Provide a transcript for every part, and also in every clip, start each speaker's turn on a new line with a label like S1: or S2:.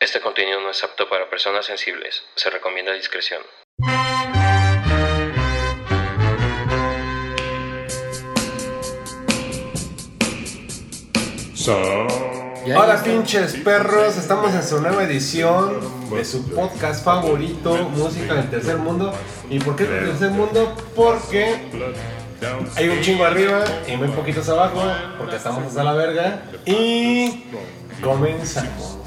S1: Este contenido no es apto para personas sensibles. Se recomienda discreción.
S2: Ya
S3: Hola
S2: está.
S3: pinches perros, estamos en su nueva edición de su podcast favorito, Música del Tercer Mundo. ¿Y por qué del Tercer Mundo? Porque hay un chingo arriba y muy poquitos abajo, porque estamos hasta la verga. Y comenzamos.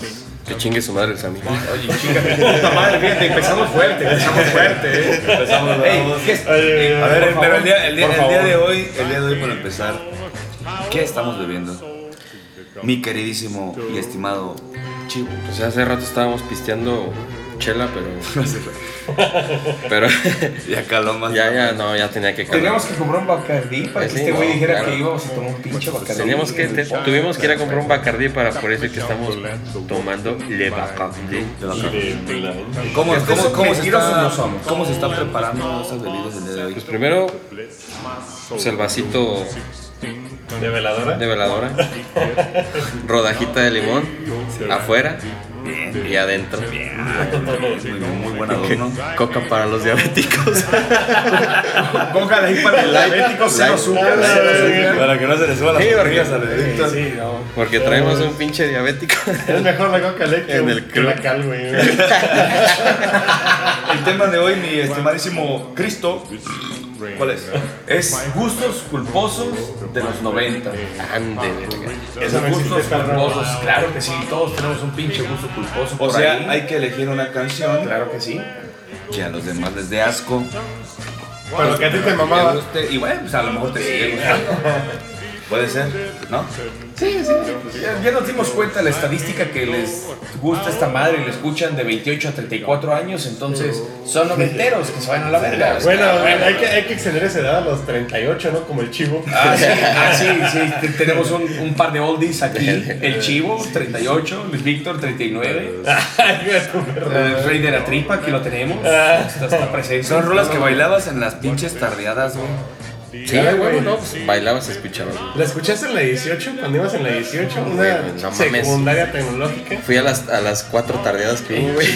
S4: Que chingue su madre el Sammy.
S2: Oye, chinga, puta madre, fíjate, empezamos fuerte, empezamos fuerte, eh. Empezamos Ey, ¿qué es? eh,
S4: A
S2: por
S4: ver, pero
S2: favor,
S4: el día, el día-
S2: por
S4: el día
S2: favor.
S4: de hoy, el día de hoy para empezar, ¿qué estamos bebiendo? Mi queridísimo y estimado Chivo.
S1: Pues hace rato estábamos pisteando chela, pero. pero
S4: Y acá lo más.
S1: ya, ya, no, ya tenía que cambiar.
S5: Teníamos que comprar un Bacardí para
S1: Eh,
S5: que
S1: sí,
S5: este güey
S1: no,
S5: dijera
S1: claro.
S5: que íbamos a tomar un pinche Bacardí.
S1: Teníamos que, te- tuvimos que ir a comprar un Bacardí para por eso que estamos tomando Le Bacardí.
S4: ¿Cómo, cómo-
S5: Esos
S4: cómo se
S5: mentirosos
S4: está,
S5: no somos.
S4: ¿Cómo se están preparando esas bebidas el día de hoy?
S1: Pues primero, pues el vasito
S2: ¿De veladora?
S1: de veladora, rodajita de limón, afuera
S4: Bien,
S1: y adentro.
S4: muy, muy buen adorno.
S1: Coca para los diabéticos.
S5: Póngale ahí para el diabético
S1: light.
S5: cero azúcar.
S1: Light.
S5: cero azúcar.
S4: Para que no se les suba las
S5: Sí, porque-
S4: hormigas al edicto.
S2: Sí, no.
S1: Porque traemos un pinche diabético.
S2: Es mejor la coca leche
S1: En el
S2: que la
S1: club.
S2: cal, güey.
S4: El tema de hoy, mi estimadísimo Cristo, ¿cuál es? Es gustos culposos de los 90.
S5: Ah,
S1: Ande, verga.
S2: Eso no existe,
S5: Gustos
S2: perro.
S5: culposos, claro que sí. Todos tenemos un pinche gusto culposo
S4: O
S5: por
S4: sea,
S5: ahí.
S4: hay que elegir una canción
S5: Claro que sí.
S4: que a los demás les dé asco,
S2: Pero que a ti te
S4: te
S2: mamaba.
S4: guste, y bueno, pues a lo mejor te sigue gustando. Puede ser, ¿no?
S5: Sí, sí. Ya, ya nos dimos cuenta la estadística que les gusta esta madre y la escuchan de 28 a 34 años. Entonces, son noventeros que se van a la verga.
S2: Bueno, hay que, hay que extender esa edad a los 38, ¿no? Como el chivo.
S5: Ah, sí, ah, sí, sí, te- tenemos un, un par de oldies aquí. El Chivo, 38, Luis Víctor, 39.
S2: Ay, güey, tu perro.
S5: El Rey de la Tripa, aquí lo tenemos. Está, está presente.
S4: Son rolas que bailabas en las pinches tardeadas, güey.
S1: Sí, güey, no, pues bailabas, escuchabas.
S2: ¿La escuchaste en la 18? Cuando ibas en la 18, una
S1: güey, no mames.
S2: secundaria tecnológica.
S1: Fui a las, a las cuatro tardeadas que hubo, güey.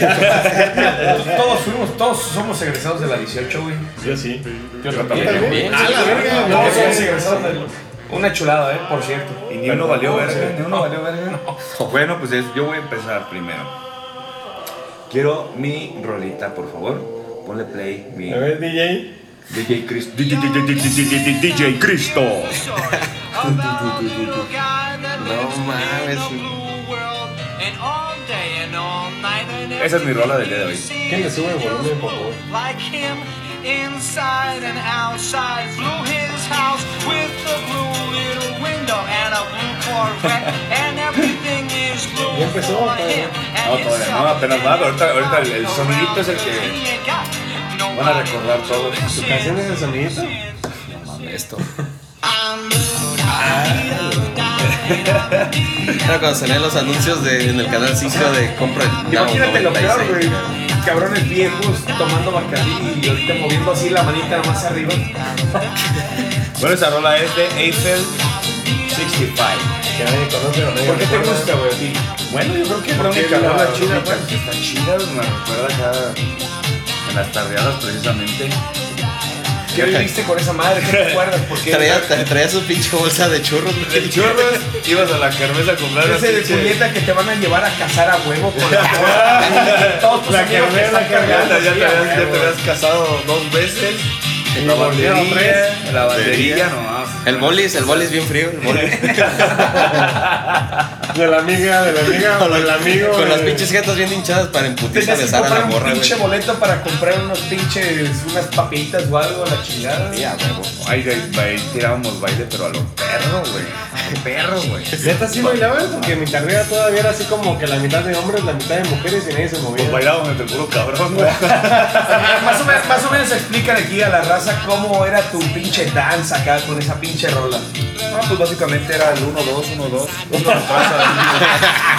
S5: Todos fuimos, todos somos egresados de la 18, güey.
S2: Yo sí.
S5: Yo
S1: también.
S2: Ah, la verga, no,
S5: Todos somos
S2: sí.
S5: egresados de la- Una chulada, ¿eh? Por cierto.
S4: Y ni uno valió verga, ni uno valió verga. Bueno, pues es- yo voy a empezar primero. Quiero mi rolita, por favor. Ponle play, mi
S2: A ver, DJ.
S4: DJ Cristo. DJ Cristo.
S1: No mames.
S4: Esa es mi rola del día de hoy.
S2: ¿Quién le sube el volumen, por favor?
S6: Like him, inside and outside, blew his house with a blue little window and a blue Corvette, and everything is blue
S2: Ya empezó,
S6: for
S2: pero-
S6: him. and
S4: No,
S6: his
S4: todavía no,
S6: son.
S4: apenas va, pero ahorita- ahorita el- el sonidito es el que
S6: He ain't got
S4: Van a
S6: nobody
S4: recordar todos.
S2: ¿Tu canción es el sonidito?
S1: Esto. Era cuando salían los anuncios de, en el canal 5 de compra el Now
S5: Imagínate lo peor,
S1: 96,
S5: güey.
S1: güey.
S5: Cabrones viejos tomando bacardí y ahorita moviendo así la manita más arriba.
S4: Bueno, esa rola es de Eiffel 65.
S2: Que nadie conoce, pero nadie
S5: ¿Por qué te
S2: recuerda.
S5: gusta, güey? a ti?
S4: Bueno, yo creo que es la
S5: Porque
S4: única
S5: la-
S4: rola chida,
S5: la-
S4: güey. que Está chida, me recuerda acá en las tardeadas precisamente.
S5: ¿Qué viviste con esa madre? ¿Qué te acuerdas? ¿Por qué?
S1: Traía, traía su pinche bolsa de churros,
S4: El
S1: güey.
S4: churros, ibas a la carmesa a comprar la
S5: Ese de
S4: pinche-
S5: puñeta que te van a llevar a cazar a huevo con todos tus
S2: La
S5: amigos
S2: que
S5: que
S2: ve,
S5: están
S2: la que
S4: Ya
S5: cargando.
S4: te, ya
S5: así
S4: te
S5: a
S4: habías, ya te
S5: huevo.
S4: habías casado dos veces.
S1: El
S4: La
S1: boli-
S2: volvieron
S4: banderilla.
S2: tres.
S4: La banderilla nomás.
S1: El bolis, el bolis bien frío. El bolis.
S2: De la amiga, de la amiga, o del amigo.
S1: Con las
S2: de-
S1: pinches jetas bien hinchadas para emputizar
S5: Tenías que
S1: besar a la
S5: comprar un
S1: morra, güey.
S5: pinche boleto para comprar unos pinches, unas papitas o algo, la chingada.
S1: Sí, a huevo.
S4: Ay, güey, bail- tirábamos baile, pero a los perros, güey. A los perros, güey.
S2: ¿Neta sí bailaban? Porque mi carrera todavía era así como que la mitad de hombres, la mitad de mujeres y nadie se
S4: Pues
S2: movía.
S4: bailábamos entre puro cabrón, güey.
S5: Ah, Más o, menos, más o menos explican aquí a la raza cómo era tu pinche danza acá con esa pinche rola.
S4: No, pues básicamente era el 1-2, 1-2. 1 atrás,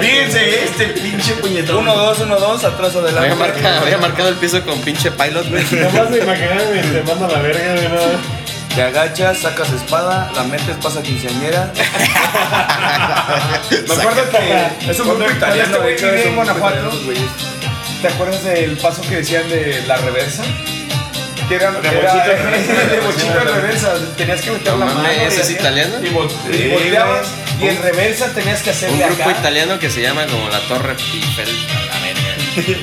S5: Fíjense este pinche puñetón.
S4: 1-2, 1-2, atrás
S1: Había,
S4: adelante.
S1: marca- había marcado el piso con pinche pilot, güey.
S2: Nada más de imaginarme, te mando a la verga, güey. no.
S4: Te agachas, sacas espada, la metes, pasa quinceañera.
S5: Me acuerdo que es un grupo italiano de hecho, es un grupo italiano, güey. ¿Te acuerdas del paso que decían de la reversa? Que era de de bochito en reversa, tenías que meter la
S7: mames,
S5: mano.
S7: ¿ese
S5: y
S7: es
S5: así,
S7: italiano?
S5: Y, vol- y
S4: Sí,
S5: volteabas y
S4: güey.
S5: en reversa tenías que
S7: Un
S5: hacerle
S7: grupo
S5: acá.
S7: italiano que se llama como la Torre Pifel.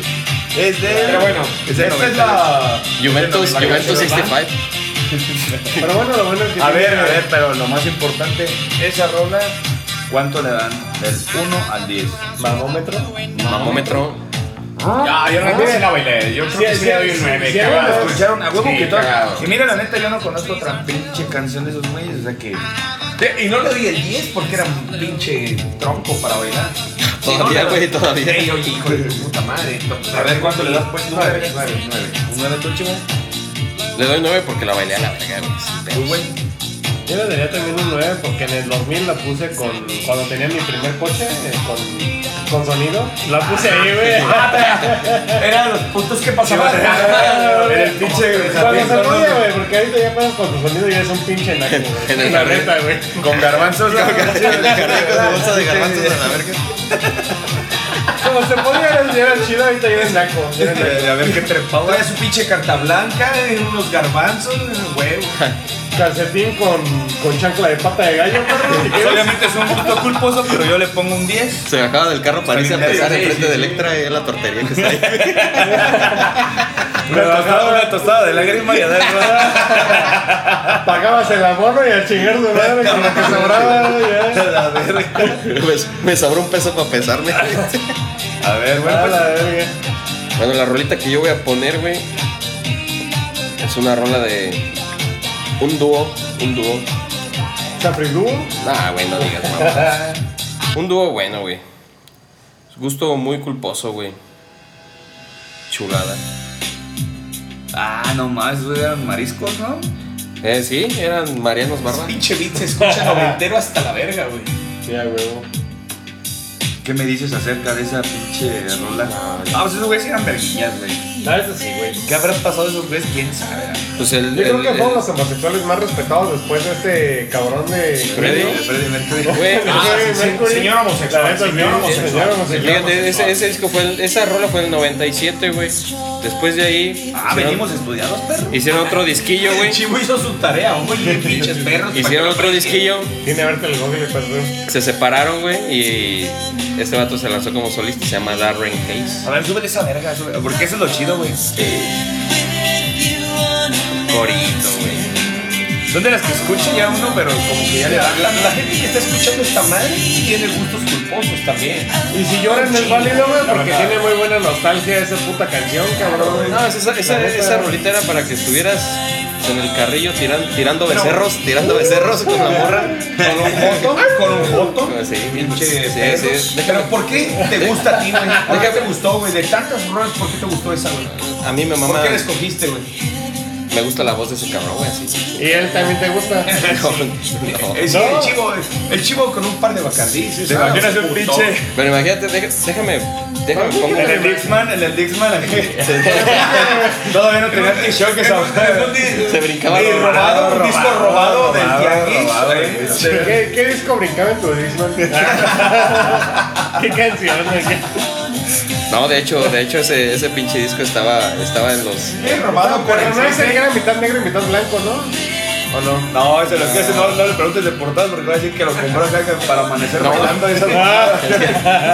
S4: Es de.
S5: Pero bueno,
S4: es de
S5: esta es
S4: 90.
S5: la
S7: Juventus, Juventus 65.
S2: Pero bueno, lo bueno es que.
S4: A ver, a ver, pero lo más importante, esa rola, ¿cuánto le dan? Del 1 al 10.
S2: Mamómetro.
S7: Mamómetro.
S5: Ya, yo no sé si la bailé. Yo creo que sí le doy un 9.
S2: sí,
S5: cagado.
S2: sí,
S4: Escucharon a huevo
S5: Sí,
S4: que todas.
S5: cagado.
S4: Y mira, la neta, yo no conozco otra pinche canción de esos güeyes, o sea que. pues,
S5: Y no le di el 10 porque era un pinche tronco para bailar. Si no,
S7: Todavía,
S5: le-
S7: güey, todavía.
S5: Ey, oye, hijo de tu puta madre. Entonces,
S4: A ver, ¿cuánto le das? Pues
S5: Nueve,
S4: 9,
S5: nueve,
S4: 9, 9. ¿Un 9 tú, chivo?
S7: Le doy 9 porque la bailé a la verga, güey.
S4: Muy güey.
S2: Yo le daría también un 9 porque en el 2000 la puse con. Cuando tenía mi primer coche, eh, con, con sonido. La puse ahí, güey.
S5: Eran los puntos que pasaban.
S2: En el pinche. Cuando se podía, güey, porque ahorita ya pasas con tu sonido y eres un pinche naco, güey.
S7: En el
S2: La
S7: jardín.
S2: neta, güey.
S4: Con garbanzos.
S7: bolsa de garbanzos a la verga.
S2: Cuando se podía, eres- ya era chido, ahorita ya eres naco. Ya eres naco.
S4: A ver qué trepado.
S5: Trae su pinche carta blanca, eh, unos garbanzos, eh, huevo.
S2: Calcetín con, con chancla de pata de gallo, perro. si quieres.
S4: Obviamente es un gusto culposo, pero yo le pongo un 10.
S7: Se bajaba del carro para irse a
S4: Está bien,
S7: pesar
S4: sí,
S7: enfrente
S4: sí,
S7: de
S4: sí.
S7: Electra y a la tortería que está ahí.
S4: Me bajaba una tostada de lágrima y a dar
S2: Pagabas el amor y a chingar su madre con lo que sobraba, güey, ya.
S4: A ver,
S7: Me- Me sobró un peso para pesarme.
S4: a ver, güey.
S2: A
S4: pues,
S2: la verga.
S7: Bueno, la rolita que yo voy a poner, güey, es una rola de un dúo, un dúo.
S2: Chafrigú.
S7: Ah, güey, no digas, mamá. Un dúo bueno, güey. Gusto muy culposo, güey. Chulada.
S4: Ah, nomás, güey, eran mariscos, ¿no?
S7: Eh, sí, eran Marianos Barra.
S5: Pinche beat se escucha noventero hasta la verga, güey.
S2: Ya, huevo.
S4: ¿Qué me dices acerca de esa pinche rola? Ah, pues esos güeyes eran verguillas, güey.
S2: Ah, eso sí, güey.
S4: ¿Qué habrán pasado esos güeyes? ¿Quién sabe?
S5: Ah,
S7: Pues el,
S2: Yo creo
S7: el-
S2: que fueron los homosexuales más respetados después de este cabrón de
S7: Freddy.
S4: Freddy Mercury.
S7: el-
S2: Ah,
S7: güey,
S2: Freddy Mercury.
S5: señor homosexual,
S2: La neta,
S5: señor
S2: sí,
S5: homosexual.
S2: señor
S7: Fíjate, ese, ese disco fue el- esa rola fue en el 97, güey. Después de ahí
S4: Ah,
S7: hicieron,
S4: venimos estudiados, perro.
S7: hicieron otro disquillo, güey.
S5: El chivo hizo su tarea, hombre, pinches perros.
S7: Hicieron otro disquillo,
S2: Tiene a verte el Google, perdón.
S7: se separaron, güey, y este vato se lanzó como solista, se llama Darren Hayes.
S4: A ver, súbele esa verga, súbele. Porque eso es lo chido, güey.
S7: Corito, güey.
S4: Son de las que escucha ya uno, pero como que ya le da.
S5: La, la- la gente que está escuchando esta madre tiene gustos culposos también.
S2: Y si lloran es válido, güey, porque tiene muy buena nostalgia esa puta canción, cabrón.
S7: No, es esa, esa, esa rolita era para que estuvieras en el carrillo tiran- tirando becerros,
S5: uh.
S7: tirando becerros con la morra.
S5: Con un joto, con un joto.
S7: Sí,
S5: Pinche
S7: sí,
S5: perros.
S7: sí.
S5: Pero ¿por qué te gusta a ti, güey? ¿Por qué
S7: Déjame-
S5: te gustó, güey? De tantas rolas, ¿por qué te gustó esa, güey?
S7: A mí me
S5: ¿Por
S7: mamá,
S5: qué la escogiste, güey?
S7: me gusta la voz de ese cabrón, güey, así.
S2: Y él también te gusta.
S7: No.
S5: Es que el chivo, el chivo con un par de bacardí.
S4: ¿Te imaginas un pinche?
S7: Pero imagínate, deja- déjame, déjame pongo.
S4: En el Dixman, en el Dixman, aquí. Todavía no tenía que shock esa
S7: Se brincaba
S4: Sí,
S7: la
S4: robado,
S5: robado, un disco
S4: robado,
S5: robado del
S4: robado, robado,
S5: tianguis.
S4: güey.
S2: ¿Qué, qué disco brincaba en tu disco? ¿Qué canción? güey?
S7: No, de hecho, de hecho ese, ese pinche disco estaba, estaba en los.
S5: güey. Robado
S2: No,
S5: por
S2: pero no es
S5: el
S2: el que era mitad negro y mitad blanco, ¿no?
S4: No, ese lo que hace, no, no le preguntes de portadas porque va a decir que lo compró acá que para amanecer
S7: No.
S4: bailando esa
S5: Ah.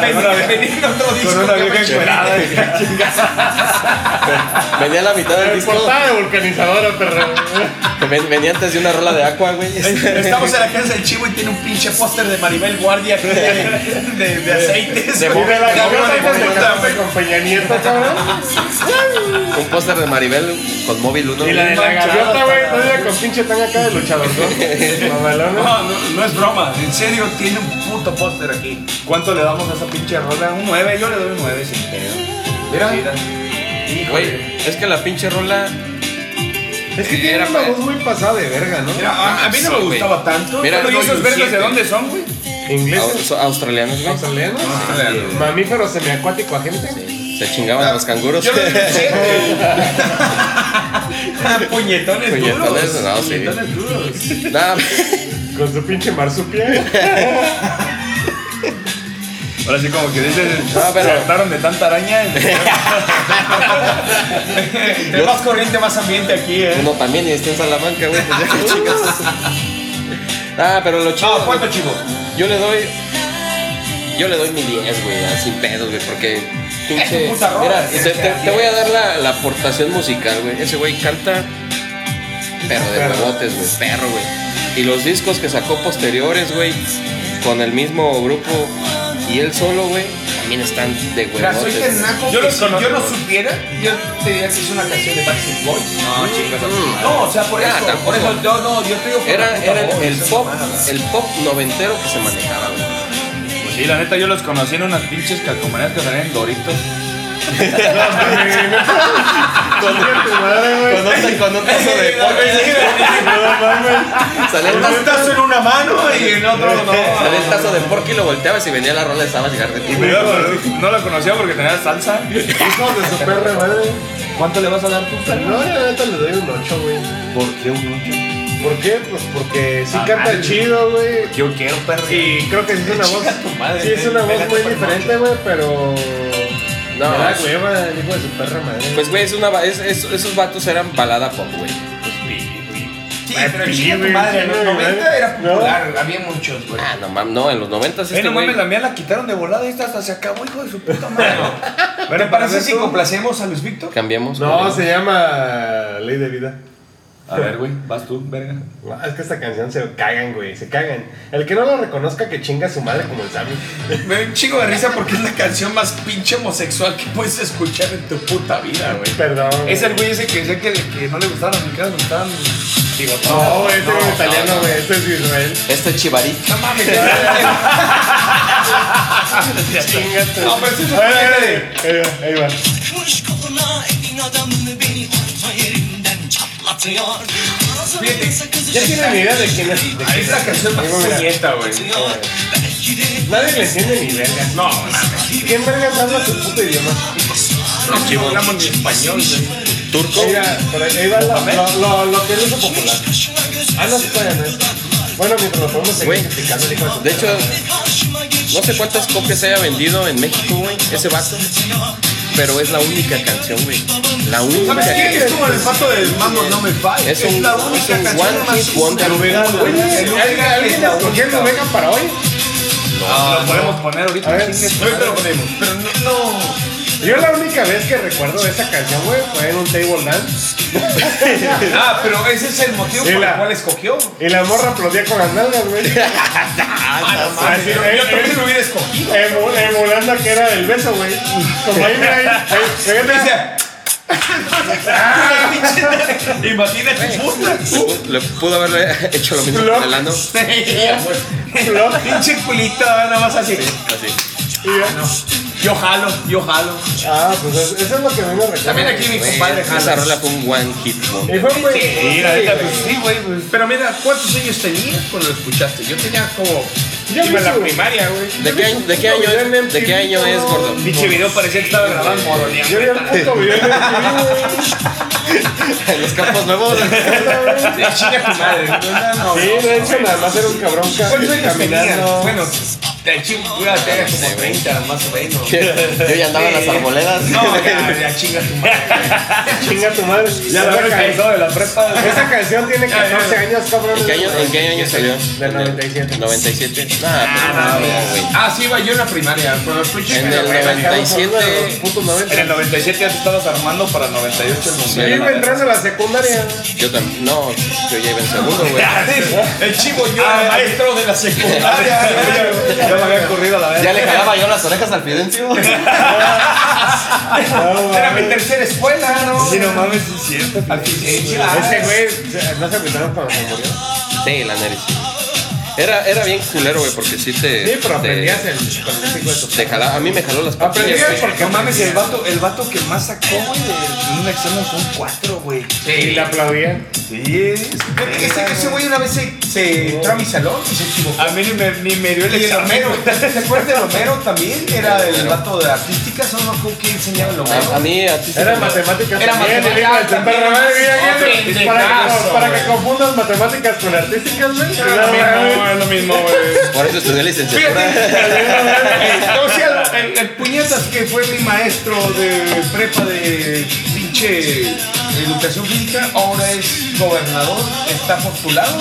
S5: Venía otro
S4: con una
S5: disco.
S4: vieja encuerada.
S7: Venía la mitad del
S2: El
S7: disco.
S2: portada de vulcanizadora, perro.
S7: ven- venía antes de una rola de Aqua, güey.
S5: Estamos en la casa del chivo y tiene un pinche póster de Maribel Guardia aquí de, de, de aceites.
S7: De
S2: Y de la
S5: Móvil,
S2: canción
S5: Móvil,
S2: antes de
S5: Móvil.
S2: casarse con Peña Nieto, cabrón.
S7: Un póster de Maribel con móvil 1.
S2: Y la de la gaviota, güey, todavía con pinche tanga acá de luchador, ¿no? Mamalona.
S5: No, no, no es broma, en serio tiene un puto póster aquí.
S4: ¿Cuánto le damos a esa pinche rola? Un 9, yo le doy un 9 sin pedo.
S5: Mira,
S7: Güey, es que la pinche rola.
S2: Es que tiene
S7: Era
S2: una
S7: para-
S2: voz muy pasada de verga, ¿no?
S5: mira, a, a mí no me
S7: Sí, güey.
S5: gustaba tanto.
S7: Mira,
S5: pero
S7: no,
S5: ¿y esos
S7: yo
S5: verdes de
S7: siete.
S5: dónde son, güey?
S7: au-
S2: ¿Ingleses?
S7: so- Australianos, güey.
S2: ¿Australianos? ¿Mamífero semiacuático agente?
S7: Se chingaban a los canguros.
S5: Yo le doy un siete. puñetones,
S7: Puñetones,
S5: duros.
S7: no, sí.
S5: puñetones duros.
S7: Nada,
S2: Con su pinche marsupial.
S4: Ahora sí, como que dices,
S7: No, pero-
S4: se hartaron de tanta araña.
S5: Entre más corriente, más ambiente aquí, eh.
S7: uno también y está en Salamanca, güey. pues ya que chingas eso. Ah, pero lo chido.
S5: No, ¿cuánto chivo?
S7: Yo le doy. Yo le doy mi 10, güey, ah, sin pedos, güey, porque. Pinche.
S5: Eh, puta rola,
S7: Mira,
S5: es
S7: te,
S5: que
S7: te-
S5: así
S7: te voy a dar la, la aportación musical, güey. Ese güey canta. Pero de rebotes, güey, perro, güey. Y los discos que sacó posteriores, güey, con el mismo grupo y él solo, güey, también están de
S5: Mira, soy
S7: huevotes.
S5: tan
S7: güey.
S5: naco
S1: Yo
S5: que
S1: los
S5: si
S1: conozco.
S5: yo no supiera, yo te diría que es una canción de Backstreet Boys. No, chicas.
S7: Mm.
S5: No, o sea, por
S7: Ah,
S5: eso,
S7: tampoco.
S5: por eso, yo no, yo te digo por la
S7: Era,
S5: puta
S7: era
S5: voz,
S7: el
S5: esa
S7: pop,
S5: mamada.
S7: el pop noventero que se manejaba, güey.
S4: Pues sí, la neta, yo los conocí en unas pinches calcomanías que salían en Doritos.
S2: Chinga tu madre, güey.
S7: Con un, con un tazo de
S2: No mames.
S7: Salía el
S5: Un
S7: tazo,
S5: tazo en una mano y en otro no.
S7: salía el tazo de porky y lo volteabas y venía la rola de Savage Garden.
S4: Y me iba con- no la conocía porque tenía salsa.
S2: Hijos de su perra madre.
S5: ¿Cuánto le vas a dar tú,
S2: No, la neta le doy un 8, güey.
S4: ¿Por qué un
S2: ¿Por qué? Pues porque sí
S4: Ah,
S2: canta
S4: madre.
S2: chido, güey.
S4: Yo quiero, perro.
S2: Y creo que sí es una voz. sí, es una voz muy diferente, güey, pero.
S7: No,
S2: No, la
S7: es-
S2: hueva, el hijo de su perra madre.
S7: Pues, güey, es una, ba- es- es- esos vatos eran balada pop, güey.
S5: Sí,
S2: Ay,
S5: pero
S2: sí,
S5: chinga tu
S2: güey,
S5: madre, en
S2: sí,
S5: los
S2: güey.
S5: 90 era
S2: No.
S5: popular, había muchos, güey.
S7: Ah, no mames, no, en los 90
S4: Eh,
S7: este
S4: no
S7: güey.
S4: mames, la mía la quitaron de volada y esta hasta se acabó, hijo de su puta madre.
S5: ¿Te
S4: Bueno,
S5: parece
S4: ver
S5: si
S4: tú.
S5: complacemos a Luis Víctor?
S7: Cambiamos.
S2: No,
S7: güey.
S2: se llama Ley de Vida.
S4: A ver, güey, vas tú, verga.
S2: No, es que esta canción se cagan, güey, se cagan. El que no la reconozca que chinga a su madre como el Sammy.
S5: Me da un chingo de risa porque es la canción más pinche homosexual que puedes escuchar en tu puta vida, güey.
S2: Perdón. güey.
S5: Es el güey este ese que decía que, que no le gustaban las mexicanas, le gustaban. Digo,
S2: No, güey, ese
S5: no,
S2: es
S5: no,
S2: italiano, güey, ese es Israel.
S7: Este chivarito.
S5: No mames, que- no,
S2: Chingate.
S5: pero ese Pues, es
S2: A ver, a ver, a
S5: el de.
S2: ver. Ahí va, ahí va.
S8: Vurmuş kapına evin adamını beni orta yerinden çatlatıyor.
S5: Fíjate,
S2: Ya tienen idea de quién es. de quién
S5: Es la canción más
S2: Digo, mira.
S5: puñeta, güey.
S2: Nadie le entiende ni verga. No, ¿Quién vergas habla su puto idioma?
S5: No hablamos ni español, güey.
S7: Turco.
S2: Mira, por ahí ahí va la- lo, lo, lo que es uso popular. Ah, no, todavía no es. Bueno, mientras lo podemos seguir
S7: Güey.
S2: criticando, el hijo de su
S7: De hecho, no sé cuántas copias haya vendido en México, güey, ese vato. Pero es la única canción, güey. La única.
S5: ¿Sabes qué?
S7: que-
S5: Es como el pato del Mambo No Me Falla.
S7: Es un,
S5: la
S7: es
S5: única
S7: un
S5: canción
S7: one
S5: más
S7: hit wonder.
S2: Oye,
S5: El único
S2: ¿alguien-
S5: que
S2: ¿alguien
S5: está
S2: escogiendo
S5: ubicado.
S2: Megan para hoy?
S4: lo podemos poner ahorita.
S2: A ver.
S4: chingues.
S5: Ahorita lo ponemos. Pero no. no.
S2: Yo la única vez que recuerdo esa canción, güey, fue en un table dance.
S5: Ah, pero ese es el motivo
S2: Sí,
S5: por el
S2: la-
S5: cual escogió.
S2: Y la morra aplaudía con las nalgas, güey.
S5: Ah,
S2: Así,
S5: Yo
S2: eh,
S5: también
S2: eh,
S5: lo hubiera escogido.
S2: emu- Emulando que era el beso, güey. Como ahí, mira, ahí. ahí, que
S5: O
S2: vete.
S5: sea, Imagínate, puta.
S7: Le pudo haber hecho lo mismo
S2: Lo-
S7: con el ano.
S2: Flop.
S5: Pinche culito, nada más así. Ah,
S7: Así.
S2: Y ya.
S5: Yo jalo, yo jalo.
S2: Ah, pues eso eso es lo que vengo a recordar.
S5: También aquí mi compadre
S7: Esa
S5: jala.
S7: rola fue un one hit wonder.
S2: Y fue un buen-
S4: Sí, la neta, pues
S2: güey.
S4: sí, güey. Pues.
S5: Pero mira, ¿cuántos años tenías cuando lo escuchaste? Yo tenía como.
S2: Yo
S5: Iba en la
S2: vi su-
S5: primaria, güey.
S7: ¿De qué año, de qué año es, de qué año es, gordo?
S5: Pinche video parecía que estaba grabado en Moroleón.
S2: Yo vi el puto video en MTV,
S7: En los campos nuevos.
S2: güey.
S5: Chinga tu madre. No, no, no.
S2: Sí, de hecho, nada más era un cabrón ca-
S5: ¿Cuántos años tenías?
S2: caminando.
S5: Bueno, de chingo, ya tenía como 30, más o menos.
S7: Yo ya andaba en las
S5: Sí.
S7: arboledas.
S5: No, ya, ya chinga tu madre.
S2: Chinga tu madre. Esa ca-
S4: de la prepa.
S2: Esa canción tiene 14 años, cabrón.
S7: ¿En qué año, en qué año salió?
S2: Del 97.
S7: 97. Nah, pues no, güey.
S5: Ah, sí, iba yo en la primaria. Cuando escuché
S7: En
S5: que
S7: el
S5: la primaria-
S7: 97.
S2: Puto 90.
S4: En el 97 ya te estabas armando para el 98 el
S7: Sí,
S4: mundial.
S2: Yo iba
S7: la-
S2: entrando a la secundaria.
S7: Yo también. No, yo ya iba en segundo, güey.
S5: El chivo yo era maestro de la secundaria.
S4: Ya me había corrido la
S7: Ya le jalaba yo las orejas al Fidencio.
S5: Era mi tercera escuela, ¿no?
S4: Sí, no mames, sí, cierto.
S5: Al fin, eh, sí, la-
S2: Ese güey, ¿no se apuntaron cuando se murió?
S7: Sí, la nariz. Era, era bien culero, güey, porque sí te.
S2: Sí, pero
S7: te-
S2: aprendías el, con el músico de tu
S7: te jalaba- a mí me jaló las
S2: Aprendías
S7: patillas, güey.
S2: porque
S4: No mames, el vato, el vato que más sacó, güey, de- en un examen son cuatro, güey.
S2: Y le aplaudían.
S4: Sí, es.
S5: Fíjate que ese, ese güey una vez se, se entró a mi salón y se equivocó.
S4: A mí ni me, ni me dio el
S5: Y el
S4: examen.
S5: Homero, ¿te acuerdas del Homero también? Era el vato de artística, solo no creo que enseñaba el Homero.
S7: A, a mí, a ti sí
S2: Era
S7: me-
S2: matemáticas.
S5: Era
S2: también,
S5: matemáticas
S2: y digo,
S5: también.
S2: pero, güey,
S5: Otro
S2: güey, güey, Para que-
S5: pendejazo,
S2: para que confundas matemáticas con artísticas, güey.
S9: es lo mismo, güey.
S7: Por eso estudié licenciatura.
S5: O sea, el, el puñetas que fue mi maestro de prepa de pinche educación física, ahora es gobernador, está postulado.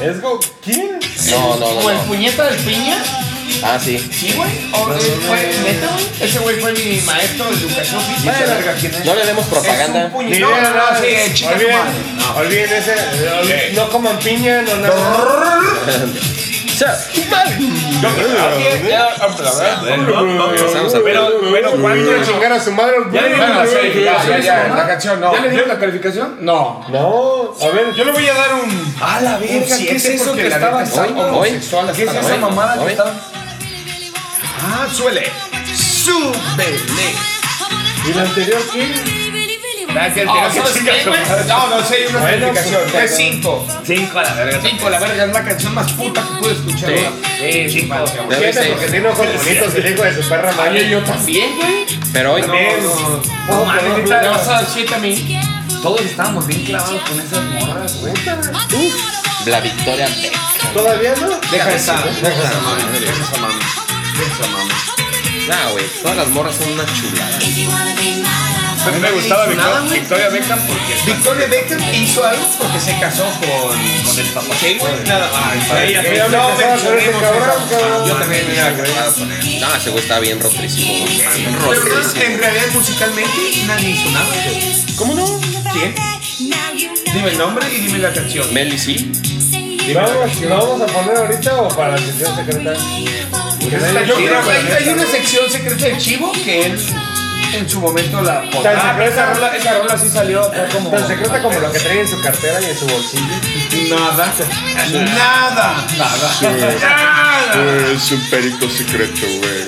S2: Es go. ¿Quién?
S7: No, no,
S5: O el
S7: no. no.
S5: puñeta del piña,
S7: Ah, sí.
S5: sí, güey. Ahora fue, neta, güey. Ese güey fue mi maestro de educación física.
S7: Vale, verga, No le demos propaganda.
S5: Es un puñe- No, no, no, sí, eh, chica tu
S2: Olviden,
S5: madre.
S2: olviden ese. eh, No coman piña, no nada.
S7: Empezamos a
S9: Pero, bueno,
S2: Quiero
S9: ¿cuánto?
S2: chingar a su madre.
S9: Ya le dimos la calificación.
S5: La canción, no.
S9: ¿Ya le dieron la calificación?
S5: No.
S2: No, a ver,
S5: Yo le voy a dar un. A la verga, ¿qué es eso que estaba
S7: hoy, hoy.
S5: ¿Qué es esa
S7: hoy,
S5: mamada que
S7: hoy.
S5: estaba? Ah, suele. Súbele.
S2: ¿y la anterior quién?
S5: Ah, ¿sabes qué, güey? No, no sé, hay una calificación.
S2: pues,
S5: Es 5.
S9: Cinco a la verga.
S5: 5, la verga, es la canción más puta que pude escuchar.
S7: Sí.
S5: güey.
S9: Sí, cinco.
S7: Ya
S2: Fíjate,
S7: viste.
S2: porque tiene ojos bonitos el hijo de su perra madre.
S9: yo también, güey.
S7: Pero hoy.
S9: No mames, ¿me vas a dar siete a mí? Todos estábamos bien clavados con esas morras, güey.
S7: La victoria.
S2: ¿Todavía no?
S5: Deja de estar.
S7: Nah, güey. Todas las morras son una chulada.
S9: A mí me gustaba Victoria, Victoria Beckham porque
S5: Victoria Beckham hizo algo porque se casó con.
S9: con el papá.
S5: Sí, güey, nada más. Ella
S2: Yo me
S5: no,
S2: casaba con ese
S5: mencionemos
S2: cabrón,
S5: eso.
S2: cabrón.
S5: Yo también me iba a casar.
S7: No, ese güey está bien rotrísimo, güey.
S5: Pero
S7: Rotrísimo.
S5: en realidad musicalmente nadie hizo nada.
S7: ¿Cómo no?
S5: ¿Quién? Dime el nombre y dime la canción.
S7: Meli sí.
S2: Vamos, ¿La vamos a poner ahorita o para la sesión secreta?
S5: Yo creo que hay, hay una sección secreta de Chivo que él en su momento la pondrá.
S2: Tan secreta,
S5: Ah, esa rola sí salió acá como.
S2: tan secreta como lo que trae en su cartera y en su bolsillo.
S5: Nada. Nada.
S9: Es un perico secreto, güey.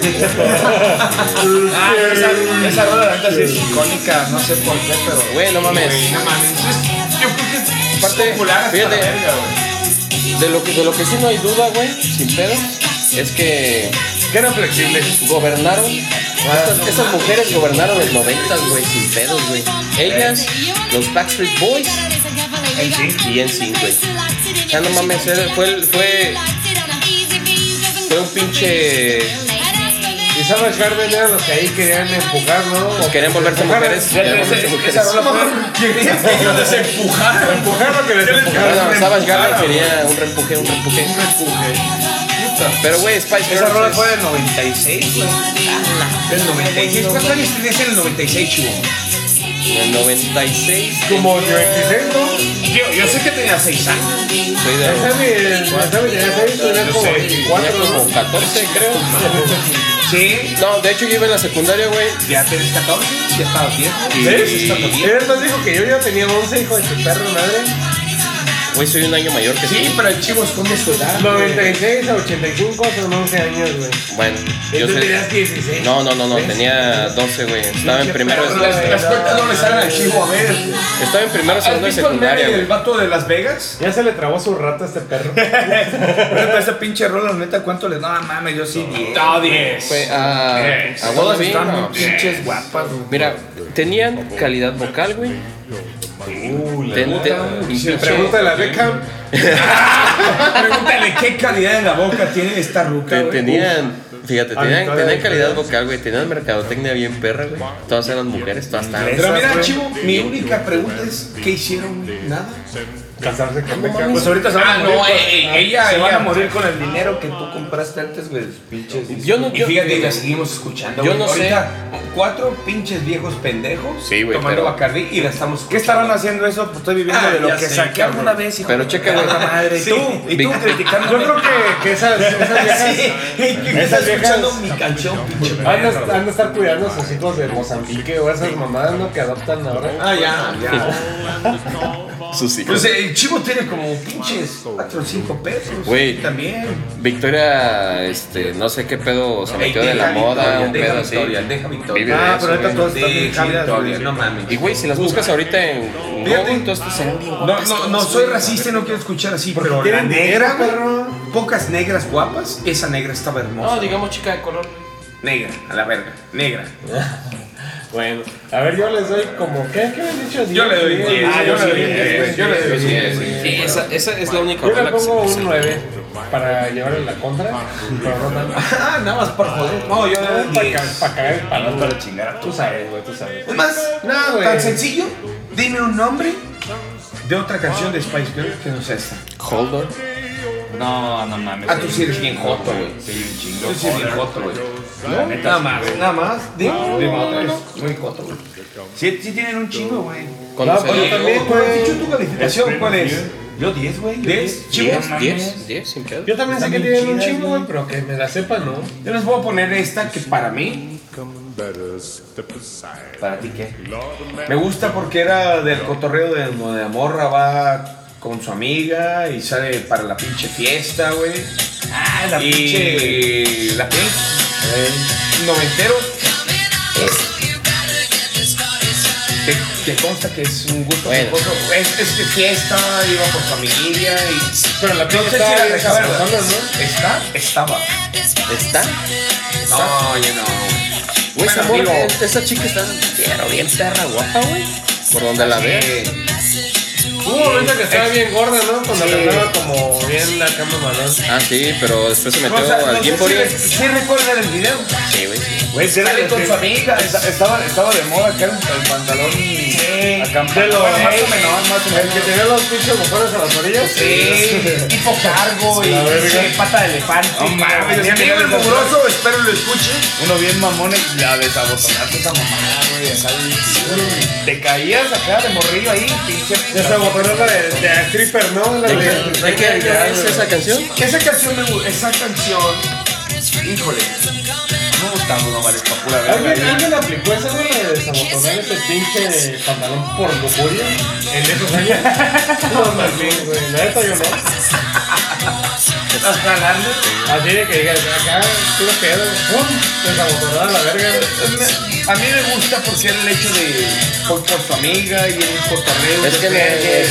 S5: Ah, esa, esa rola la neta sí es icónica, no sé por qué, pero.
S7: Güey, no mames.
S5: No mames. es- Yo creo que es parte popular hasta
S7: fíjate.
S5: la verga, güey.
S7: De lo, que, de lo que sí no hay duda, güey, sin pedo, es que
S2: Que eran flexibles.
S7: gobernaron.
S5: Ah,
S7: Estas, estas mujeres gobernaron los noventas, güey, sin pedos, güey. Ellas,
S5: Eh.
S7: los Backstreet Boys y NSYNC, güey. O sea, no mames, era- fue, el- fue, fue un pinche...
S2: Y Savage Garden eran los que ahí querían empujar, ¿no?
S7: Pues querían volverse mujeres. Querían volverse mujeres.
S2: Empujar lo que les empujaron.
S7: Bueno, Savage Garden quería un reempuje, un reempuje. Pero, güey, Spice
S5: Esa
S7: Girls
S5: rola
S7: es-
S5: fue del 96, güey. Del 96. ¿Cuántos años tenías en el 96, Chivo?
S7: en el 96.
S2: Como 96, ¿no?
S5: Yo, yo sé que tenía 6 años.
S7: Soy de...
S2: Tenía como 24,
S7: Tenía como 14, creo.
S5: Sí.
S7: No, de hecho yo iba en la secundaria, güey.
S5: Ya tenés 14, ya estabas bien.
S2: ¿Ves? Eres más viejo que yo, yo tenía 11, hijo de tu perro madre.
S7: Güey, soy un año mayor que
S5: Sí,
S7: tú.
S5: pero el chivo esconde su edad.
S2: 96 a 85 son 11 años, güey.
S7: Bueno,
S2: Y
S7: yo
S2: tú tenías
S7: sé...
S2: 16.
S7: No, no, no, no, tenía 12, güey. Estaba en primero,
S5: Pero las, las cuentas no le salen al chivo, a ver.
S7: estaba en primero,
S5: ¿Has
S7: segundo y
S5: visto el meme
S7: secundaria,
S5: del
S7: güey.
S5: vato de Las Vegas?
S2: Ya se le trabó su rato a este perro.
S5: Pero esa pinche rola, neta, ¿cuánto le.? No, mames, yo sí.
S9: No, diez.
S7: Fue a... Pues, A
S5: Todas
S7: Wannabe,
S5: están
S7: no.
S5: pinches guapas, güey.
S7: Mira, tenían calidad vocal, güey. Ten- ten- y pinche-
S2: Pregúntale a Beckham.
S5: Pregúntale qué calidad en la boca tiene esta ruca.
S7: te-
S5: güey.
S7: Tenían, fíjate,
S2: mitad
S7: tenían,
S2: de
S7: tenían
S2: la
S7: calidad vocal, güey. Tenían mercadotecnia bien perra, güey. Todas eran mujeres, todas estaban.
S5: Pero mira,
S2: güey.
S5: chivo, mi única pregunta es: ¿qué hicieron? güey? Nada.
S2: Casarse con Beckham. Pues
S5: ahorita se van a morir.
S2: eh,
S5: ella,
S4: Se van a
S5: ella.
S4: morir con el dinero que tú compraste antes, güey. los Pinches.
S7: Yo no,
S5: Y
S7: yo-
S5: fíjate, y la seguimos escuchando.
S7: Yo
S5: güey.
S7: no sé.
S5: Ahorita, cuatro pinches viejos pendejos
S7: Sí, güey,
S5: tomando
S7: pero-
S5: Bacardí y la estamos
S4: ¿Qué estarán haciendo eso? Pues estoy viviendo
S5: Ah,
S4: de lo
S5: ya
S4: que
S5: sé,
S4: saqué
S5: cabrón.
S4: alguna vez, hijo.
S7: Pero
S4: de
S7: checa,
S4: la
S7: güey.
S4: puta madre.
S5: Sí.
S4: Y tú, y tú
S7: Vic-
S4: criticando.
S2: Yo creo que, que esas, esas viejas
S5: Sí, que
S2: Esas
S5: estás
S2: viejas-
S5: escuchando mi canción, pinche.
S2: han de, han de estar cuidando a sus Ah, hijos de Mozambique o esas mamadas ¿no? que adoptan ahora.
S5: Ah, ya, ya.
S7: Sus hijos.
S5: Pues el chivo tiene como pinches 4 o 5 pesos.
S7: Güey.
S5: También.
S7: Victoria, este, no sé qué pedo se metió de la moda, un pedo así.
S1: deja
S7: Vive
S1: Victoria.
S7: de
S2: Ah,
S7: eso,
S2: pero ahorita
S7: güey.
S2: todas están bien
S1: Deja
S2: cálidas,
S1: Victoria,
S2: güey.
S1: no mames.
S7: Y güey, si las buscas ahorita en Google, todas estas serán bien
S5: No, no, no soy racista y no quiero escuchar así, pero la
S2: tienen
S5: negra,
S2: dinero,
S5: güey, pocas negras guapas, esa negra estaba hermosa.
S10: No, digamos chica de color.
S5: Negra, a la verga, negra.
S2: Bueno, a ver, yo les doy como. ¿Qué, qué me han dicho?
S5: Yo le doy diez,
S2: Ah,
S5: yo
S2: yo
S5: le
S2: le
S5: doy
S2: doy
S5: diez, yo le doy
S7: Sí,
S5: diez.
S7: sí, sí, esa, esa es la única
S2: Yo le
S7: rola que se
S2: pongo
S7: me
S2: un
S7: sale.
S2: 9 para llevarle la contra. Pero no tanto.
S5: Ah, nada más por joder. No, yo le doy
S2: Para
S5: diez.
S2: ca- para caer el palo.
S4: Ah, Para chingar a
S2: Tú sabes, güey, tú sabes.
S5: Es más,
S2: No, güey.
S5: tan sencillo, dime un nombre de otra canción de Spice Girl que no sea esta.
S7: Hold on.
S10: No, no mames.
S5: Ah, tú sí eres bien joto, güey.
S4: Sí, un chingo.
S5: Tú sí eres bien joto, güey. Nada más, nada más. Dime, dime otra vez. Muy joto, güey. Ah,
S4: Sí, sí tienen un chingo, güey.
S7: Cuando
S2: No,
S7: se
S2: pues yo
S7: dio-
S2: también,
S5: ¿Cuál has
S2: güey.
S5: dicho tu calificación? ¿Cuál es?
S4: Yo 10, güey. yo
S5: ¿Diez?
S7: 10, 10, 10, sin pedo.
S2: Yo también sé que
S5: Están
S2: tienen
S5: bien
S2: un
S5: chidas,
S2: chingo,
S5: güey.
S2: güey, pero que me la sepan, ¿no?
S5: Yo les voy a poner esta que para mí,
S4: ¿Para ti qué?
S5: me gusta porque era del cotorreo de donde la morra va con su amiga y sale para la pinche fiesta, güey.
S10: Ah, la
S5: y
S10: pinche.
S5: la pinche. Noventero. Que, que consta que es un gusto.
S7: Bueno.
S5: culposo. Es, es que fiesta, iba con su amiguilla y...
S2: Pero la
S5: No sé si
S2: estaba
S5: la
S2: bien
S5: dejaba,
S2: sabrosona,
S5: ¿no? ¿Está? Estaba.
S7: ¿Está?
S5: No, ya no.
S7: Güey, esa,
S5: Bueno,
S7: morra-
S5: digo-
S7: es- esa chica está pero bien perra guapa, güey. Por donde la ve.
S2: Hubo un momento que estaba bien gorda, ¿no? Cuando le andaba como bien la cama malón.
S7: Ah, sí, pero después se metió
S5: O sea, no
S7: al
S5: sé si,
S7: Gimbory.
S5: re- si recuerdan el video.
S7: Sí, güey.
S4: Güey, será
S5: Sale
S4: de
S5: con su amiga.
S4: Estaba, estaba de moda acá el, el pantalón acampado.
S5: Pelo,
S4: Bueno, más o
S5: eh.
S4: menos, más o
S2: El que
S4: menos.
S2: tenía los pinches mojones a las orillas.
S5: Sí, tipo cargo y
S2: La verga.
S5: sí, pata de elefante.
S4: No mames,
S5: mi
S4: es que
S5: amigo
S4: ya
S5: el
S4: les-
S5: mugroso, espero lo escuche.
S4: Uno bien mamón y la desabotonaste esa mamada, güey. acá bien- Te caías acá de morrillo ahí, pinche.
S2: Ya se mojonó la de, de la stripper, ¿no? La de.
S7: ¿De qué año es esa canción?
S5: Esa canción me gusta, esa canción. Híjole.
S4: No gustamos, no vale, pa' pura
S5: Ah,
S4: verga.
S2: ¿Alguien, ¿Alguien aplicó esa güey, de desabotonar ese pinche pantalón por lujuria? En esos años. No, más bien, güey. La neta yo no.
S5: Jalarle.
S2: Así de que digas, acá, tú lo pedo. ¡Pum! Desabotonada la verga, güey.
S5: A mí me gusta porque era el hecho de. Por, por su amiga y el cotorreo.
S7: Es que en,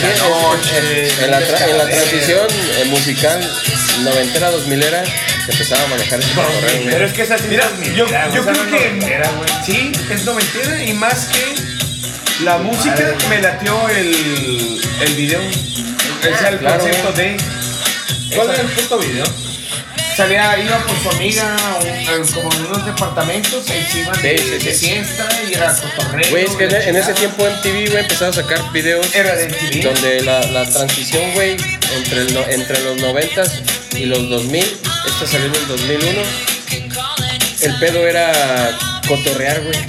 S5: de la noche,
S7: en la, tra- en la
S5: descarga.
S7: transición eh, musical noventera, dos milera, se empezaba a manejar ese correo.
S4: Pero es que esa sí
S5: Mira,
S4: es mi
S5: yo,
S4: idea,
S5: yo
S4: güey,
S5: creo
S4: esa
S5: que
S4: no es noventera, güey.
S5: sí, es noventera y más que la música me latió el, el video. O sea, el
S7: claro,
S5: concepto de.
S2: ¿Cuál
S5: esa-
S2: era el puto video?
S5: Salía, iba por su amiga a un- a- como en unos departamentos, ahí se iban
S7: Sí,
S5: de,
S7: sí,
S5: de
S7: sí.
S5: fiesta y era cotorreo.
S7: Güey, es que
S5: y la
S7: en, en ese
S5: chingada.
S7: tiempo MTV, güey, empezaba a sacar videos
S5: Era de MTV.
S7: donde la, la transición, güey, entre, el no- entre los noventas y los 2000, esta salió en el 2001, el pedo era cotorrear, güey.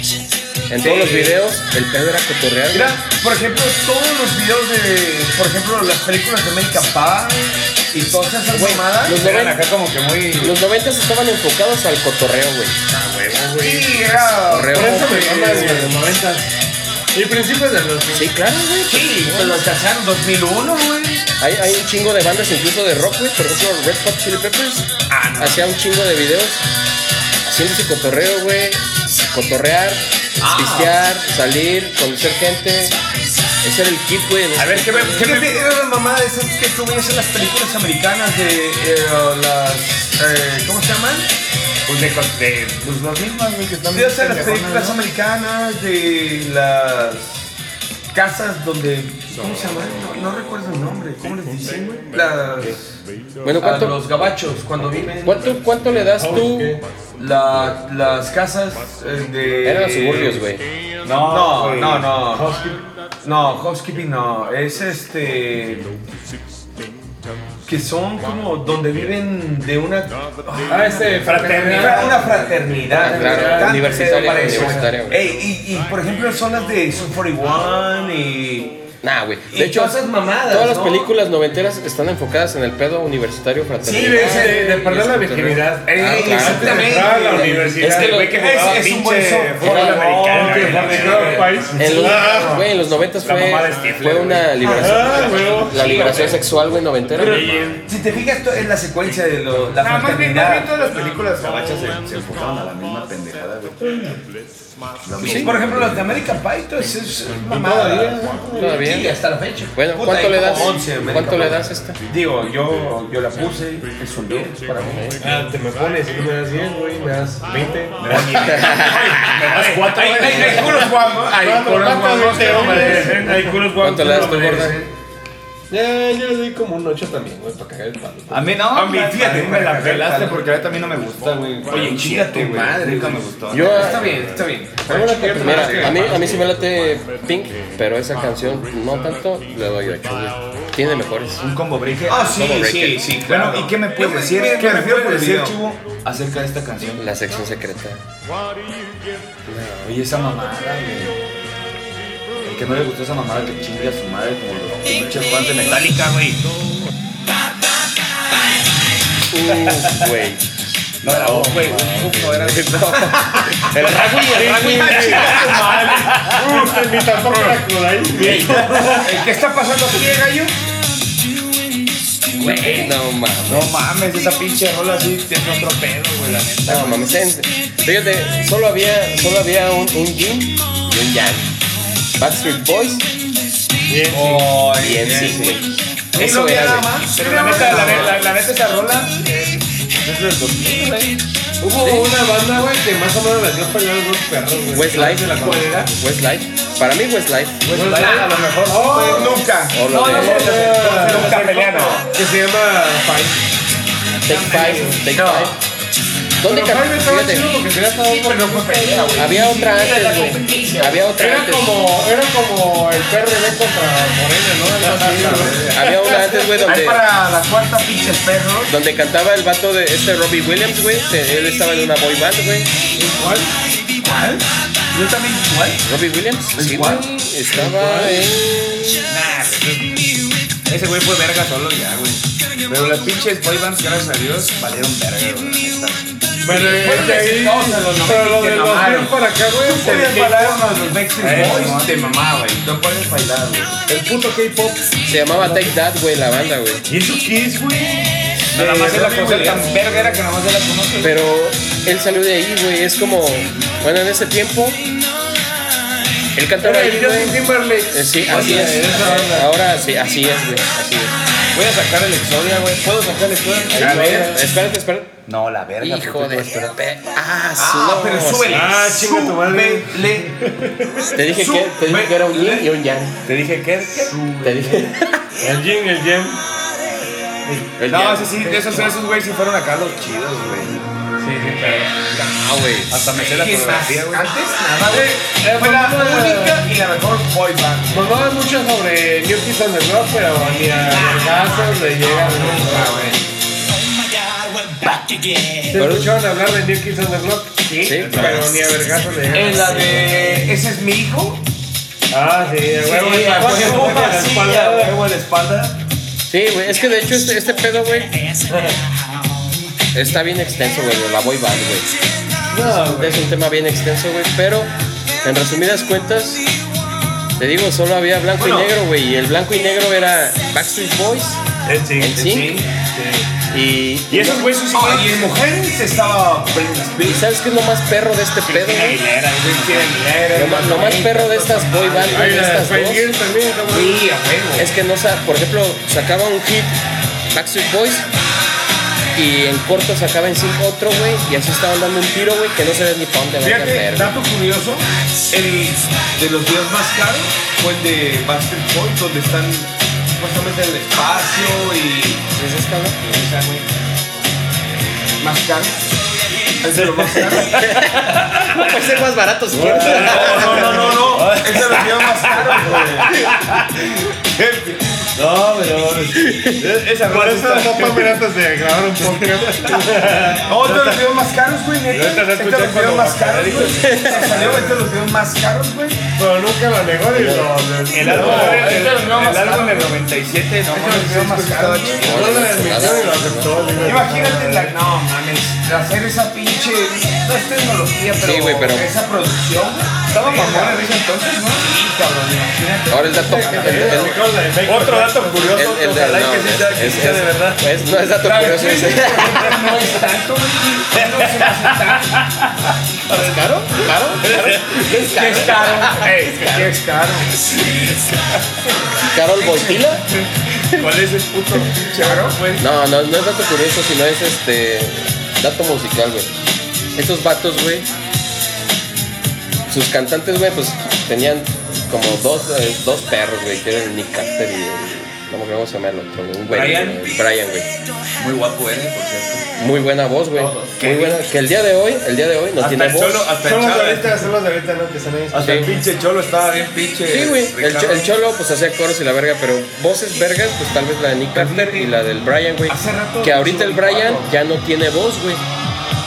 S7: En todos los videos, el pedo era cotorrear, güey.
S5: Mira, por ejemplo, todos los videos de, por ejemplo, las películas de American Pie y todas esas mamadas.
S7: Los,
S4: Eran
S7: noven-
S4: acá como que muy.
S7: los noventas estaban enfocados al cotorreo, güey.
S5: Sí, era.
S7: Correo.
S5: por eso me-
S2: Esa me mama de los 90. Y principios de los
S7: Sí, claro, güey.
S5: Sí, pues los cacharon 2001, güey.
S7: Hay, hay un chingo de bandas incluso de rock, güey. Por ejemplo, Red Hot Chili Peppers hacía un chingo de videos haciendo su cotorreo, güey. Cotorrear, Ah. pistear, salir, conocer gente. Ese era el kit, güey. en ese
S5: ¿qué
S2: pues,
S5: me, qué me- era la mamá de esas que tú ves en las películas americanas de eh, las. eh, ¿Cómo se llaman?
S4: Pues de. de- Pues las mismas, güey, que están.
S5: Sí, o sea, las
S4: pendejonas,
S5: películas
S4: ¿no?
S5: americanas de las casas donde. ¿Cómo se llama? No, no recuerdo el nombre. ¿Cómo les dicen, güey? Las.
S7: tiempo. Bueno,
S5: a
S7: ¿cuánto,
S5: los gabachos cuando viven.
S7: cuánto, cuánto le das tú?
S5: La- las casas eh, de.
S7: Eran los suburbios, güey.
S5: No,
S4: güey.
S5: no, no. No, housekeeping no. Es este. Que son como donde viven de una.
S2: Ah, este,
S5: Fra-
S2: fraternidad.
S5: Una fraternidad.
S7: Ah, claro,
S5: Tanto
S7: universitaria,
S5: parece,
S7: universitaria,
S5: güey.
S7: güey.
S5: Ey, y, y, por ejemplo son las de Sum 41 y
S7: Nah, güey.
S10: Y
S7: De hecho,
S10: todas esas mamadas,
S7: todas las
S10: ¿no?
S7: películas noventeras están enfocadas en el pedo universitario fraternal.
S2: Sí, de, de, de perder la virginidad.
S7: Ah, claro.
S10: Exactamente.
S2: Entrar a la
S10: güey.
S2: universidad.
S7: Es que
S2: el
S7: lo-
S2: güey
S4: es-
S2: jugaba
S4: es un
S2: pinche
S4: buen
S2: fútbol
S7: Claro.
S2: americano,
S4: que
S2: güey, Ah,
S4: fabricaba
S2: güey.
S4: país.
S7: En los, güey, en los noventas
S4: La
S7: fue,
S4: mamá de Stifler,
S7: fue
S4: güey.
S7: una liberación.
S2: Ah, güey.
S7: la liberación sexual, güey, noventera.
S5: Si te fijas, to- es la secuencia de lo, la
S1: Ah, más bien, más bien
S5: fraternidad.
S1: todas las películas
S4: Gabachas se, se enfocaron a la misma pendejada, güey. La
S5: Sí,
S4: misma-
S5: por ejemplo, las de American Pie, todo eso es, es
S2: Todavía.
S5: mamada.
S7: Todavía.
S5: Sí, hasta la fecha.
S7: Bueno,
S5: Puta,
S7: ¿cuánto
S5: hay
S7: le
S5: como
S7: das?
S5: 11 American
S7: ¿Cuánto
S5: Pie.
S7: le das a esta?
S5: Digo, yo, yo la puse, es un 10 para mí.
S2: Ah, Te me pones, tú me das 10, güey, me das 20.
S1: Ay,
S4: Eh,
S1: ay, ay, culos guapos. Ay, culos guapos, hombre. Ay, culos guapos.
S7: ¿Cuánto le das tú, gorda?
S2: Ya, yo le doy como un 8 también, güey, para cagar el palo.
S4: A mí no.
S1: A mí, fíjate,
S4: me la pelaste porque ahorita a mí no me gusta, güey.
S1: Oye,
S4: chígate, güey. Nunca me gustó.
S7: Yo,
S5: Está bien, está bien.
S2: Ahora que
S7: mira, a mí, a mí sí me late Pink, pero esa canción no tanto le doy 8, güey. Tiene mejores.
S4: Un combo breaker.
S5: Ah, sí, sí,
S7: breaker.
S5: sí, claro.
S4: Bueno, ¿y qué me puedes
S5: Yo me-
S4: decir?
S5: me-
S4: ¿Qué
S5: me
S4: me
S5: refiero por
S4: puedes
S5: el
S4: decir,
S5: video.
S4: Chivo, acerca de esta canción?
S7: La sección secreta.
S4: Oye, esa mamada, güey. El que no le gustó esa mamada que chingue a su madre como los pinches fans de Metallica, güey.
S7: Uf, güey.
S4: No, la voz, güey. Uf, no era de
S7: El Ragui, el Ragui.
S2: Uh,
S1: Uf, ni tampoco la culo ahí.
S5: ¿Qué está pasando aquí, gallo?
S7: Güey, no mames.
S4: No mames, esa pinche rola así tiene otro pedo, güey, la neta.
S7: No mames. en- Fíjate, solo había, solo había un, un yin y un yang. Backstreet Boys y
S5: Ay,
S7: NSYNC, güey.
S5: Eso
S7: Eso
S5: no había
S7: era,
S5: nada
S7: güey.
S5: más.
S4: Pero la neta, la, la, la neta, esa rola.
S2: Hubo una banda, güey, que más o menos le dio pelea a los perros, güey.
S7: Westlife.
S2: ¿Cuál era?
S7: Westlife. Para mí, Westlife.
S5: A lo mejor.
S2: Oh, nunca.
S7: O la de
S5: Nunca pelearon.
S2: Que se llama Five.
S7: Take Five. Take Five. ¿Dónde
S2: Pero Five
S7: cambió?
S2: estaba chido porque tenía hasta un
S5: Pero no fue pelea, güey.
S7: Había otra antes, güey. Había otra
S2: Era
S7: antes.
S2: como, era como el PRD contra Morena, ¿no? Algo así, güey.
S7: Había una antes, güey,
S5: Ahí
S7: donde,
S5: para la cuarta pinches perro.
S7: donde cantaba el vato de este Robbie Williams, güey. Te- Él estaba en una boy band, güey.
S2: ¿Cuál?
S5: ¿Cuál? Yo también, ¿cuál?
S7: Robbie Williams. Sí, güey.
S5: cuál?
S7: Estaba en.
S4: Ese güey fue verga solo ya, güey. Pero las pinches boy bands, gracias a Dios, valieron verga, güey. la neta.
S2: Bueno, es de ahí. Pero lo de los
S4: mamaron.
S2: bien para acá, güey.
S5: Tú podías
S2: el
S5: bailar uno de los Backstreet Boys.
S4: Eso, Eh, te mamaba, güey. Tú puedes bailar, güey.
S2: El puto K-pop.
S7: Se llamaba Take That, güey, la banda, güey.
S1: ¿Y eso qué es, güey?
S5: Nada más es la cosa tan verguera que nada más se la conoce.
S7: Pero él salió de ahí, güey. Es como. Bueno, en ese tiempo. Él cantaba
S2: Era
S7: ahí,
S2: el Justin
S7: güey.
S2: Timberlake.
S7: Eh, Sí, así
S5: Oye,
S7: es.
S5: esa banda.
S7: Ahora sí, así es, güey. Así es.
S5: Voy a sacar el Exodia, güey. ¿Puedo sacar el Exodia?
S7: Ahí, güey. Espérate, espérate.
S4: No, la verga.
S7: Hijo de pe- Ah,
S5: Ah,
S7: sí,
S5: pero
S7: no,
S5: súbele.
S2: Ah, chinga tu madre.
S5: Súbele.
S7: Te dije que, te dije que era un yin y un yang.
S4: Te dije que.
S7: Te dije.
S2: El Jim, el Jim.
S7: El
S4: No,
S7: yang.
S4: sí, sí, de esos, esos güey sí fueron acá los chidos, güey.
S7: Ah, güey.
S4: Hasta me sé la
S5: ¿Qué más?
S4: coreografía,
S5: Antes,
S4: güey.
S5: nada,
S2: Eh,
S5: güey. Fue la única y la mejor boy band.
S2: Mamaba pues, mucho sobre New Kids on the Block, pero ni a vergazos le llegan nunca, güey. ¿Se escucharon hablar de New Kids on the Block?
S7: Sí,
S2: Pero ni a vergazos le llegan.
S5: En la de Ese es mi hijo.
S2: Ah, sí, a huevo.
S5: Sí,
S2: a
S5: a huevo,
S2: huevo, a la
S5: sí,
S2: espalda,
S5: a
S2: güey.
S5: huevo, a la espalda.
S7: Sí, güey. Es que de hecho este, este pedo, güey. Está bien extenso, güey. La boy band, güey. Es un tema bien extenso, güey. Pero, en resumidas cuentas, te digo, solo había blanco y negro, güey. Y el blanco y negro era Backstreet Boys, NSYNC y.
S1: Y esos güeyes sí
S5: Oh, y en mujeres estaba Britney
S7: ¿Y
S5: Spears.
S7: sabes qué es lo más perro de este pedo, güey? Lo más, lo más perro de estas boy band, güey,
S2: Ahí
S7: de
S2: la de
S7: estas
S2: Spice
S7: dos,
S2: Girls también, está bueno.
S5: Sí, a huevo.
S7: es que no sa- por ejemplo, sacaba un hit Backstreet Boys y en corto sacaba en cinco otro, güey, y así estaban dando un tiro, güey, que no sabías ni para dónde va a
S5: Fíjate,
S7: caer.
S5: dato curioso, el de los días más caros fue el de Backstreet Boys, donde están supuestamente en el espacio y
S7: güey. ¿Es esta, no?
S5: esa, güey. Más caro. Es de lo más caro.
S7: No, puede ser más barato si quieres.
S5: Este No, no, no, no. Es de los días más caros, güey.
S4: No, pero. es- Esa
S2: Por
S4: rola
S2: eso
S4: está.
S2: no fue antes de grabar un podcast.
S5: Otro de este los videos más caros, güey,
S4: Ahorita se
S5: neta. Este es de los
S4: escucha
S5: videos más
S4: cuando
S5: caros, güey. Salió este es de los videos más caros, güey.
S2: Pero nunca lo negó ni lo.
S4: El álbum,
S10: No,
S4: el,
S10: ahorita los
S4: el
S10: vamos a-
S4: álbum del 97, no
S5: Este es de los
S4: mames.
S5: videos más caros, güey.
S2: No lo admitió y lo aceptó. digo.
S5: Imagínate la. No mames, hacer esa pinche. No es tecnología, pero.
S7: Sí, güey, pero-
S5: Esa producción. Estaba mamón en ese entonces, ¿no? Sí, cabrón, imagínate.
S7: Ahora el dato. el- el-
S2: Mi cosa de México.
S4: Otro dato
S7: el-
S4: curioso,
S7: el-
S4: ojalá y
S7: no,
S4: que sí sea, que
S7: es-
S4: sí sea de
S7: es-
S4: verdad.
S7: es- no es dato curioso. es-
S5: No es tanto, güey. No se me hace tanto.
S7: ¿Caro? ¿Caro? ¿Es
S5: Que es
S7: caro?
S5: caro. Que es caro.
S7: ¿Carol Boitila?
S4: ¿Cuál es el puto pinche oro, güey?
S7: No, no, no es dato curioso, sino es este. Dato musical, güey. Esos vatos, güey. Sus cantantes, güey, pues tenían como dos, eh, dos perros, güey, que eran Nick Carter y. eh, No me acuerdo cómo se llama el otro, güey, un güey.
S4: Brian.
S7: eh, Brian, güey.
S4: Muy guapo eres, por cierto.
S7: Muy buena voz, güey. Muy
S4: Kevin.
S7: buena. Que el día de hoy, el día de hoy no
S4: Hasta
S7: tiene
S4: el
S7: voz.
S4: cholo, pues hasta el
S2: Son los de
S4: chavo.
S2: ahorita, son los de ahorita, ¿no? Que están ahí.
S4: Hasta el pinche cholo estaba bien pinche.
S7: Sí, güey. El,
S4: Ricardo.
S7: cho- el cholo pues hacía coros y la verga, pero voces vergas, pues tal vez la de Nick Carter y la del Brian, güey.
S5: Hace rato
S7: Que ahorita el
S5: hizo un
S7: Brian ya no tiene voz, güey.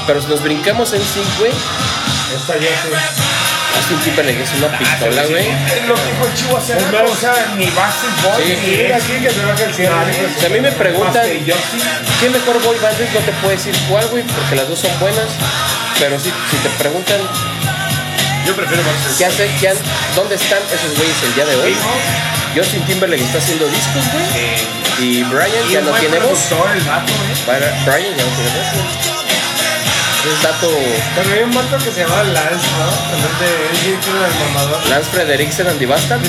S7: Pero si nos brincamos en sí, güey,
S2: Está ya, sí.
S7: Justin Timberlake es
S5: Ah,
S7: una pistola, güey.
S5: Es Lo que dijo el Chivo hace rato, o sea, ni basketball,
S7: Sí.
S5: ni
S2: Mira aquí que te baja el cielo.
S7: Si a mí me
S5: Más
S7: preguntan
S5: que Justin.
S7: qué mejor boy band es, no te puedo decir cuál, güey, porque las dos son buenas. Pero sí, si te preguntan
S4: Yo prefiero este. Boxes.
S7: qué hacen, qué han- dónde están esos güeyes el día de hoy, Justin Timberlake está haciendo discos, güey. Y Brian ya no
S5: Buen
S7: tiene voz.
S5: productor, el vato, ¿eh?
S7: Para- Brian ya no tiene voz, güey. Es dato
S2: Pero había un vato que se llamaba Lance, ¿no? En vez de él, sí, que era el mamador.
S7: Lance Frederiksen and the Bastards.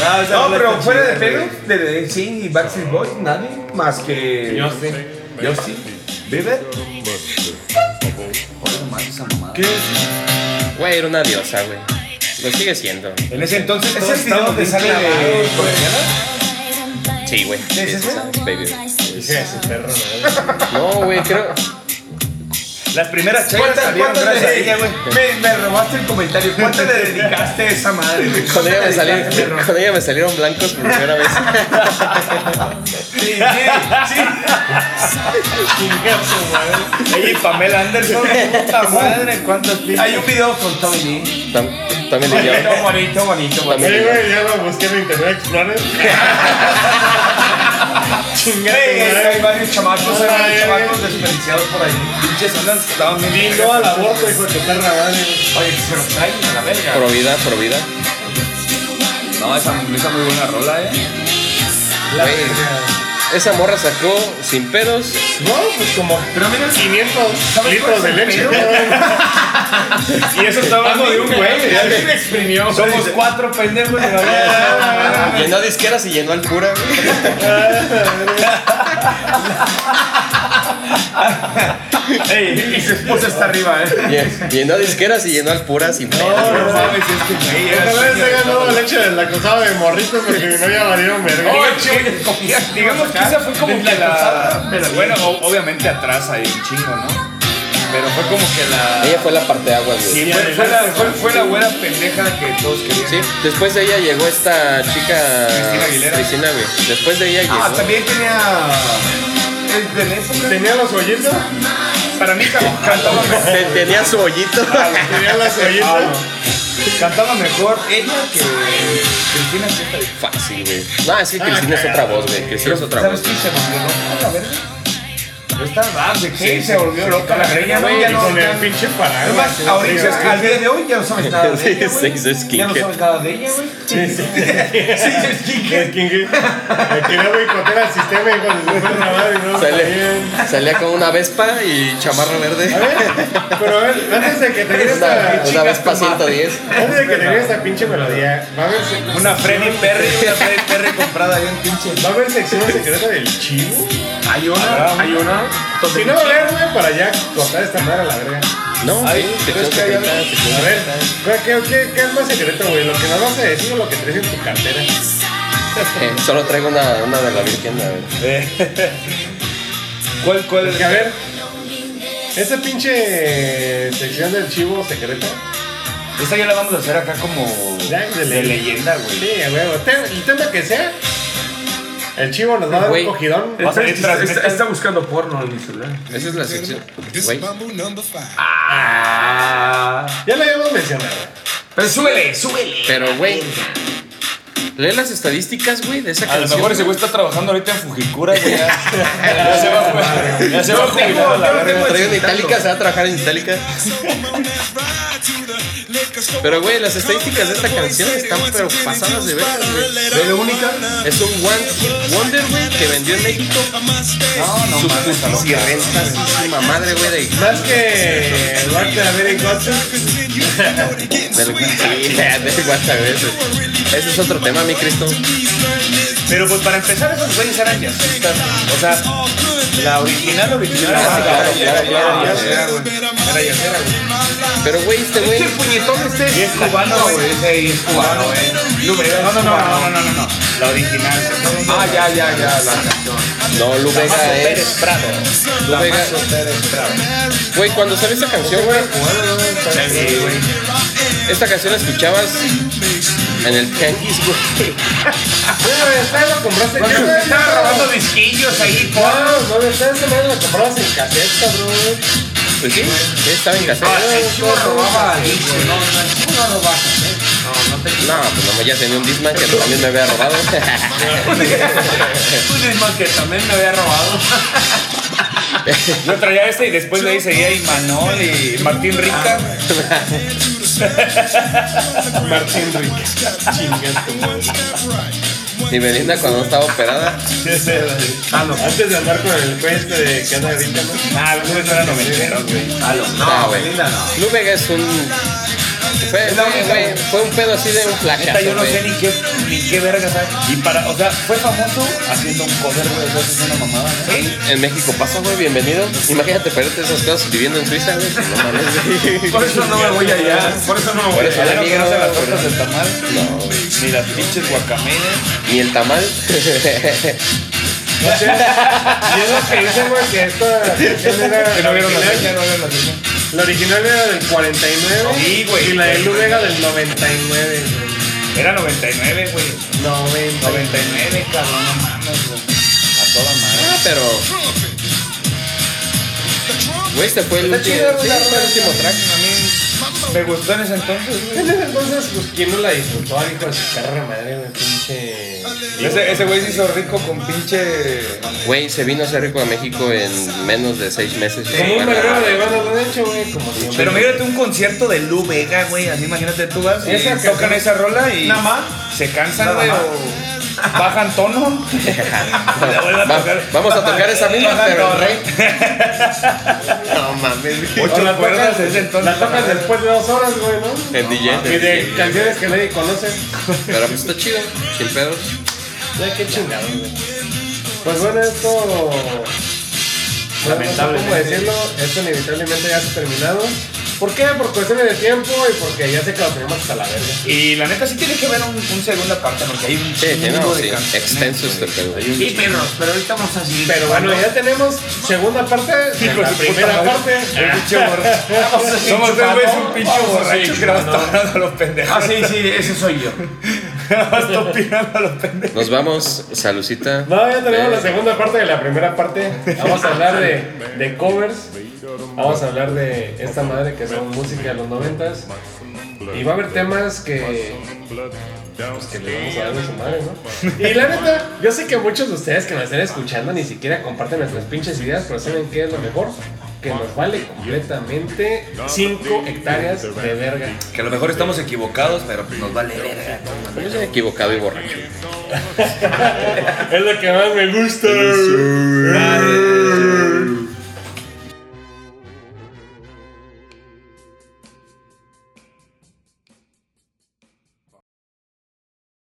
S4: Ah, esa
S5: No,
S4: rola
S5: pero
S4: está
S5: fuera de
S4: chida,
S5: pedo,
S4: güey.
S5: de, de- sí, y Backstreet Boys, nadie más que. Yo sé. Yo sí.
S4: ¿Vive?
S7: Güey, era una diosa, güey. Lo sigue siendo.
S4: En ese entonces
S5: Es
S4: todos
S5: el video
S4: estábamos
S5: donde
S4: bien
S5: sale
S4: clavados,
S5: de.
S4: güey.
S7: Sí, güey. Sí,
S5: ese?
S7: sí, sí, baby.
S2: Dije, ese perro, ¿no?
S7: No, güey, creo.
S4: Las primeras chelas
S5: ¿Cuántas-
S4: salieron
S5: cuántas
S4: gracias a
S5: le-
S4: ella, güey.
S5: Me, me robaste el comentario. ¿Cuánto le dedicaste a esa madre? güey?
S7: Con ella,
S5: ¿Cuánto le
S7: me salieron,
S5: dedicaste, perro?
S7: con ella me salieron blancos por primera vez.
S5: Sí, sí, sí.
S4: Ella y Pamela Anderson. Puta madre, cuántas pinches.
S5: Hay un video con Tommy Lee.
S7: Tam- También le
S5: Bonito,
S7: dio.
S5: bonito, bonito. bonito.
S7: También
S2: Sí,
S7: le dio.
S2: güey, ya lo busqué en Internet Explorer.
S5: Güey,
S2: Chingate,
S5: Hay varios chamacos,
S2: Ay,
S5: hay varios
S2: ay,
S5: chamacos desperdiciados por ahí.
S4: pinches andan que estaban bien.
S2: Y no al aborto, hijo de tu perra madre.
S5: Oye, que se los traigan a la verga.
S7: Pro vida, pro vida.
S4: No, esa esa muy buena rola, eh.
S7: Güey. Esa morra sacó sin pedos.
S2: No, pues como
S5: Pero mira,
S2: 500
S5: ¿sabes cuál
S2: litros
S5: es
S2: de
S5: el
S2: leche.
S5: pedo?
S4: Y eso está hablando de un güey.
S5: Ya se exprimió.
S4: Somos cuatro pendejos de la vida.
S7: Llenó disqueras y llenó al pura, güey.
S5: Ey, y su esposa está arriba, eh.
S7: Llen- Llenó disqueras y llenó al pura sin pedos.
S4: No, no mames, es que güey. era
S2: Ojalá
S4: así,
S2: se ganó leche del acosado de morritos porque no ya valieron verga.
S4: Digamos que esa fue como que la. Bueno, o- obviamente atrás hay un chingo, ¿no? Pero fue como que la.
S7: Ella fue la parte agua, güey.
S4: Sí, fue, fue la, fue, fue la buena pendeja que todos querían.
S7: Sí, después de ella llegó esta chica.
S4: Cristina Aguilera.
S7: Cristina, güey. Después de ella llegó.
S5: Ah, también tenía. El de Nelson, güey.
S2: Tenía los hoyitos,
S4: Para mí ca- cantaba, mejor-
S7: Te- Tenía su hoyito.
S2: tenía las
S4: Ah,
S2: hoyitos.
S4: cantaba mejor ella que Cristina Cristina.
S7: Fácil, güey. No, es que Cristina es otra voz, güey. Cristina es otra
S5: ¿Sabes
S7: voz.
S5: quién se volvió loca, la verga? Esta Ramsey,
S4: Sí,
S5: se volvió loca la verga, güey. Ya
S2: Y
S5: no.
S2: con el
S5: ya-
S2: pinche parado.
S5: Además, ahorita, al día de hoy, ya no sabes nada de ella. güey.
S7: Sí, sí, es
S5: Ya no
S7: que-
S5: sabes nada de ella, güey. Sí, sí, es
S2: Es
S5: Kinker.
S2: que me quería boicotear al sistema hijo de su perra madre, ¿no? Está
S7: Sale-
S2: bien.
S7: salía con una vespa y chamarra verde.
S2: A ver, pero a ver, antes de que te diga
S7: Una,
S2: esta,
S7: una vespa 110.
S2: antes de que te diga esta pinche melodía, va a haber, se-
S4: Una Freddy Perry, una Freddy Perry comprada ahí en pinche.
S2: va a haber sección secreta del chivo.
S5: Hay una, hay una.
S2: Si no va a haber, güey, para ya cortar esta madre a la verga.
S7: No, sí, sección secreta, sección
S2: A ver,
S7: secreta.
S2: güey, ¿qué, qué, qué es más secreto, güey? Lo que nos vas a decir o lo que traes en tu cartera.
S7: Eh, Solo traigo una, una de la Virgen, a ver.
S4: ¿Cuál, cuál?
S2: Porque, a ver, esa pinche sección del chivo secreto
S4: Esta ya la vamos a hacer acá como
S2: Ya, de
S4: de
S2: ley.
S4: leyenda, güey.
S2: Sí, a huevo. Te- El tema que sea, el chivo nos va a dar
S7: Güey.
S2: un cogidón.
S4: O sea,
S1: Está,
S4: mientras
S1: está-
S4: metas-
S1: está buscando porno en mi celular.
S7: Esa es la sección. Güey,
S4: Ah.
S2: Ya lo habíamos mencionado.
S10: Pero súbele, súbele.
S7: pero güey. Lee las estadísticas, güey, de esa
S4: A
S7: canción.
S4: lo mejor ese güey está trabajando ahorita en Fujikura, güey. Ya, ya se va a jugar. Ya se va a jugar.
S7: Lo traigo en itálica, se va a trabajar en itálica. Pero, güey, las estadísticas de esta canción están pero pasadas de ver.
S2: De lo única.
S7: Es un One Hit Wonder, güey, que vendió en México
S4: No, no
S7: sus
S4: mames,
S7: putas y rentas. Muchísima madre, güey, de,
S2: Más que el Rock de la Mary Gotham.
S7: del sí, del guachabeso. Ese es otro tema, mi Cristo.
S4: Pero pues para empezar, esos güeyes eran jazzistas. O sea, la original, original.
S7: Ah, sí, claro, claro, claro,
S4: ya,
S7: claro.
S4: ya, güey. Era jazzera, güey.
S7: Pero, güey, este güey.
S4: puñetón este es cubano, güey. Ese es cubano, güey. No, no, no, no, no, no, no. La original.
S10: Ah, ya, ya, ya. La
S7: No, Lu Vega
S4: Pérez
S7: es.
S4: Prado.
S7: Lu Vega. Güey, cuando sale esta canción, güey,
S4: Sí, güey.
S7: esta canción la escuchabas en el tianguis, güey.
S2: Bueno, está, lo compraste. ya, güey.
S4: Estaba robando disquillos ahí,
S2: No,
S4: por.
S2: no, no, esta semana lo compraste en caseta, bro.
S7: Pues sí, sí, estaba en casero.
S10: robaba discos, no, no, el chico no robaba.
S7: No, pues no, ya tenía un Disman que también me había robado.
S10: Un disco que también me había robado.
S4: Yo traía este y después de ahí seguía Imanol y Martín Rica.
S2: Martín Riquez.
S7: Y Belinda cuando estaba operada.
S2: Ah, no. Antes de andar con el cueste de Casa de Rica, ¿no?
S4: Ah, algunos eran noventeros, güey.
S7: No, güey. Lu Vega es un. Fue, fue, fue- fue un pedo así de un
S4: Neta, yo
S7: flachazo,
S4: no sé
S7: güey.
S4: ni qué, ni qué verga, ¿sabes? Y para, o sea, fue famoso haciendo un cover, güey. Eso es una mamada, ¿no?
S7: En México pasa, güey, bienvenido. Imagínate perderte esas cosas viviendo en Suiza, güey. No mames, güey.
S1: Por eso no me voy allá. Por eso no me
S7: Por
S1: voy
S7: eso
S1: allá.
S7: la
S4: Claro que
S7: migra
S4: no se las
S7: pero-
S4: tortas del tamal,
S7: No, güey.
S4: ni las pinches guacamayas.
S7: Ni el tamal.
S2: Y es lo que dicen, güey, que esta canción era.
S4: Que no vieron la
S2: original.
S4: serie, no vieron la serie.
S2: La original era del 49
S4: Sí, güey.
S2: y la de Lu Vega del 99.
S4: Era 99, güey.
S2: güey. 90.
S4: 99, cabrón, no mames, güey. A toda madre.
S7: Ah, pero. Güey, este fue el último.
S4: chido,
S7: sí,
S4: la
S7: fue el último track.
S4: Me gustó en ese entonces, güey.
S2: En ese entonces, pues, ¿quién no la disfrutó? Hijo de su carrera madre, güey, pinche.
S4: Ese ese güey se hizo rico con pinche.
S7: Güey, se vino a hacer rico a México en menos de seis meses.
S2: Como un verguero de bandas lo han hecho, güey, como siempre.
S4: Pero mírate un concierto de Lu Vega, güey. Así imagínate tú vas. y
S2: Esa
S4: tocan
S2: canción-
S4: esa rola y.
S5: Nada más.
S4: Se cansan,
S5: Nada
S4: güey.
S5: más.
S4: o Bajan tono. La vuelven
S7: Va- vamos a tocar esa misma,
S4: Bajan
S7: pero el
S4: tono.
S7: rey. No mames, güey.
S4: Ocho
S2: la
S4: cuerdas
S2: tocas-
S4: desde entonces.
S2: La tocas después de dos horas, güey, ¿no?
S7: El DJ.
S2: Y de canciones que nadie conoce.
S7: Pero pues está chido, sin pedos.
S2: Ya, qué chingado, güey. Pues bueno, esto. bueno, No sé cómo decirlo, esto inevitablemente ya se ha terminado. ¿Por qué? Por cuestiones de tiempo y porque ya sé que lo tenemos hasta la verga.
S4: Y la neta sí tiene que haber un, un segunda parte, porque hay un
S7: Sí, sí,
S4: chingo
S7: no,
S4: de
S7: sí.
S4: canciones,
S7: Extenso
S4: güey.
S7: este pedo.
S10: Sí, perros, pero ahorita vamos a seguir.
S2: Pero bueno, ya tenemos segunda parte de la primera parte. Ah.
S4: Somos dos güeyes un pinche borracho que nada más está hablando a los
S5: Ah,
S4: pendejos.
S5: sí, sí, ese soy yo.
S4: Nada más está opinando a los pendejos.
S7: Nos vamos, salucita.
S2: No, ya tenemos la segunda parte de la primera parte. Vamos a hablar de, de covers. Vamos a hablar de esta madre que son música de los noventas. Y va a haber temas que. pues, que le vamos a dar a su madre, ¿no? Y la neta, yo sé que muchos de ustedes que nos están escuchando ni siquiera comparten nuestras pinches ideas, pero ¿saben qué es lo mejor? Que nos vale completamente 5 hectáreas de verga.
S4: Que a lo mejor estamos equivocados, pero nos vale verga.
S7: Yo soy equivocado y borracho.
S2: Es lo que más me gusta.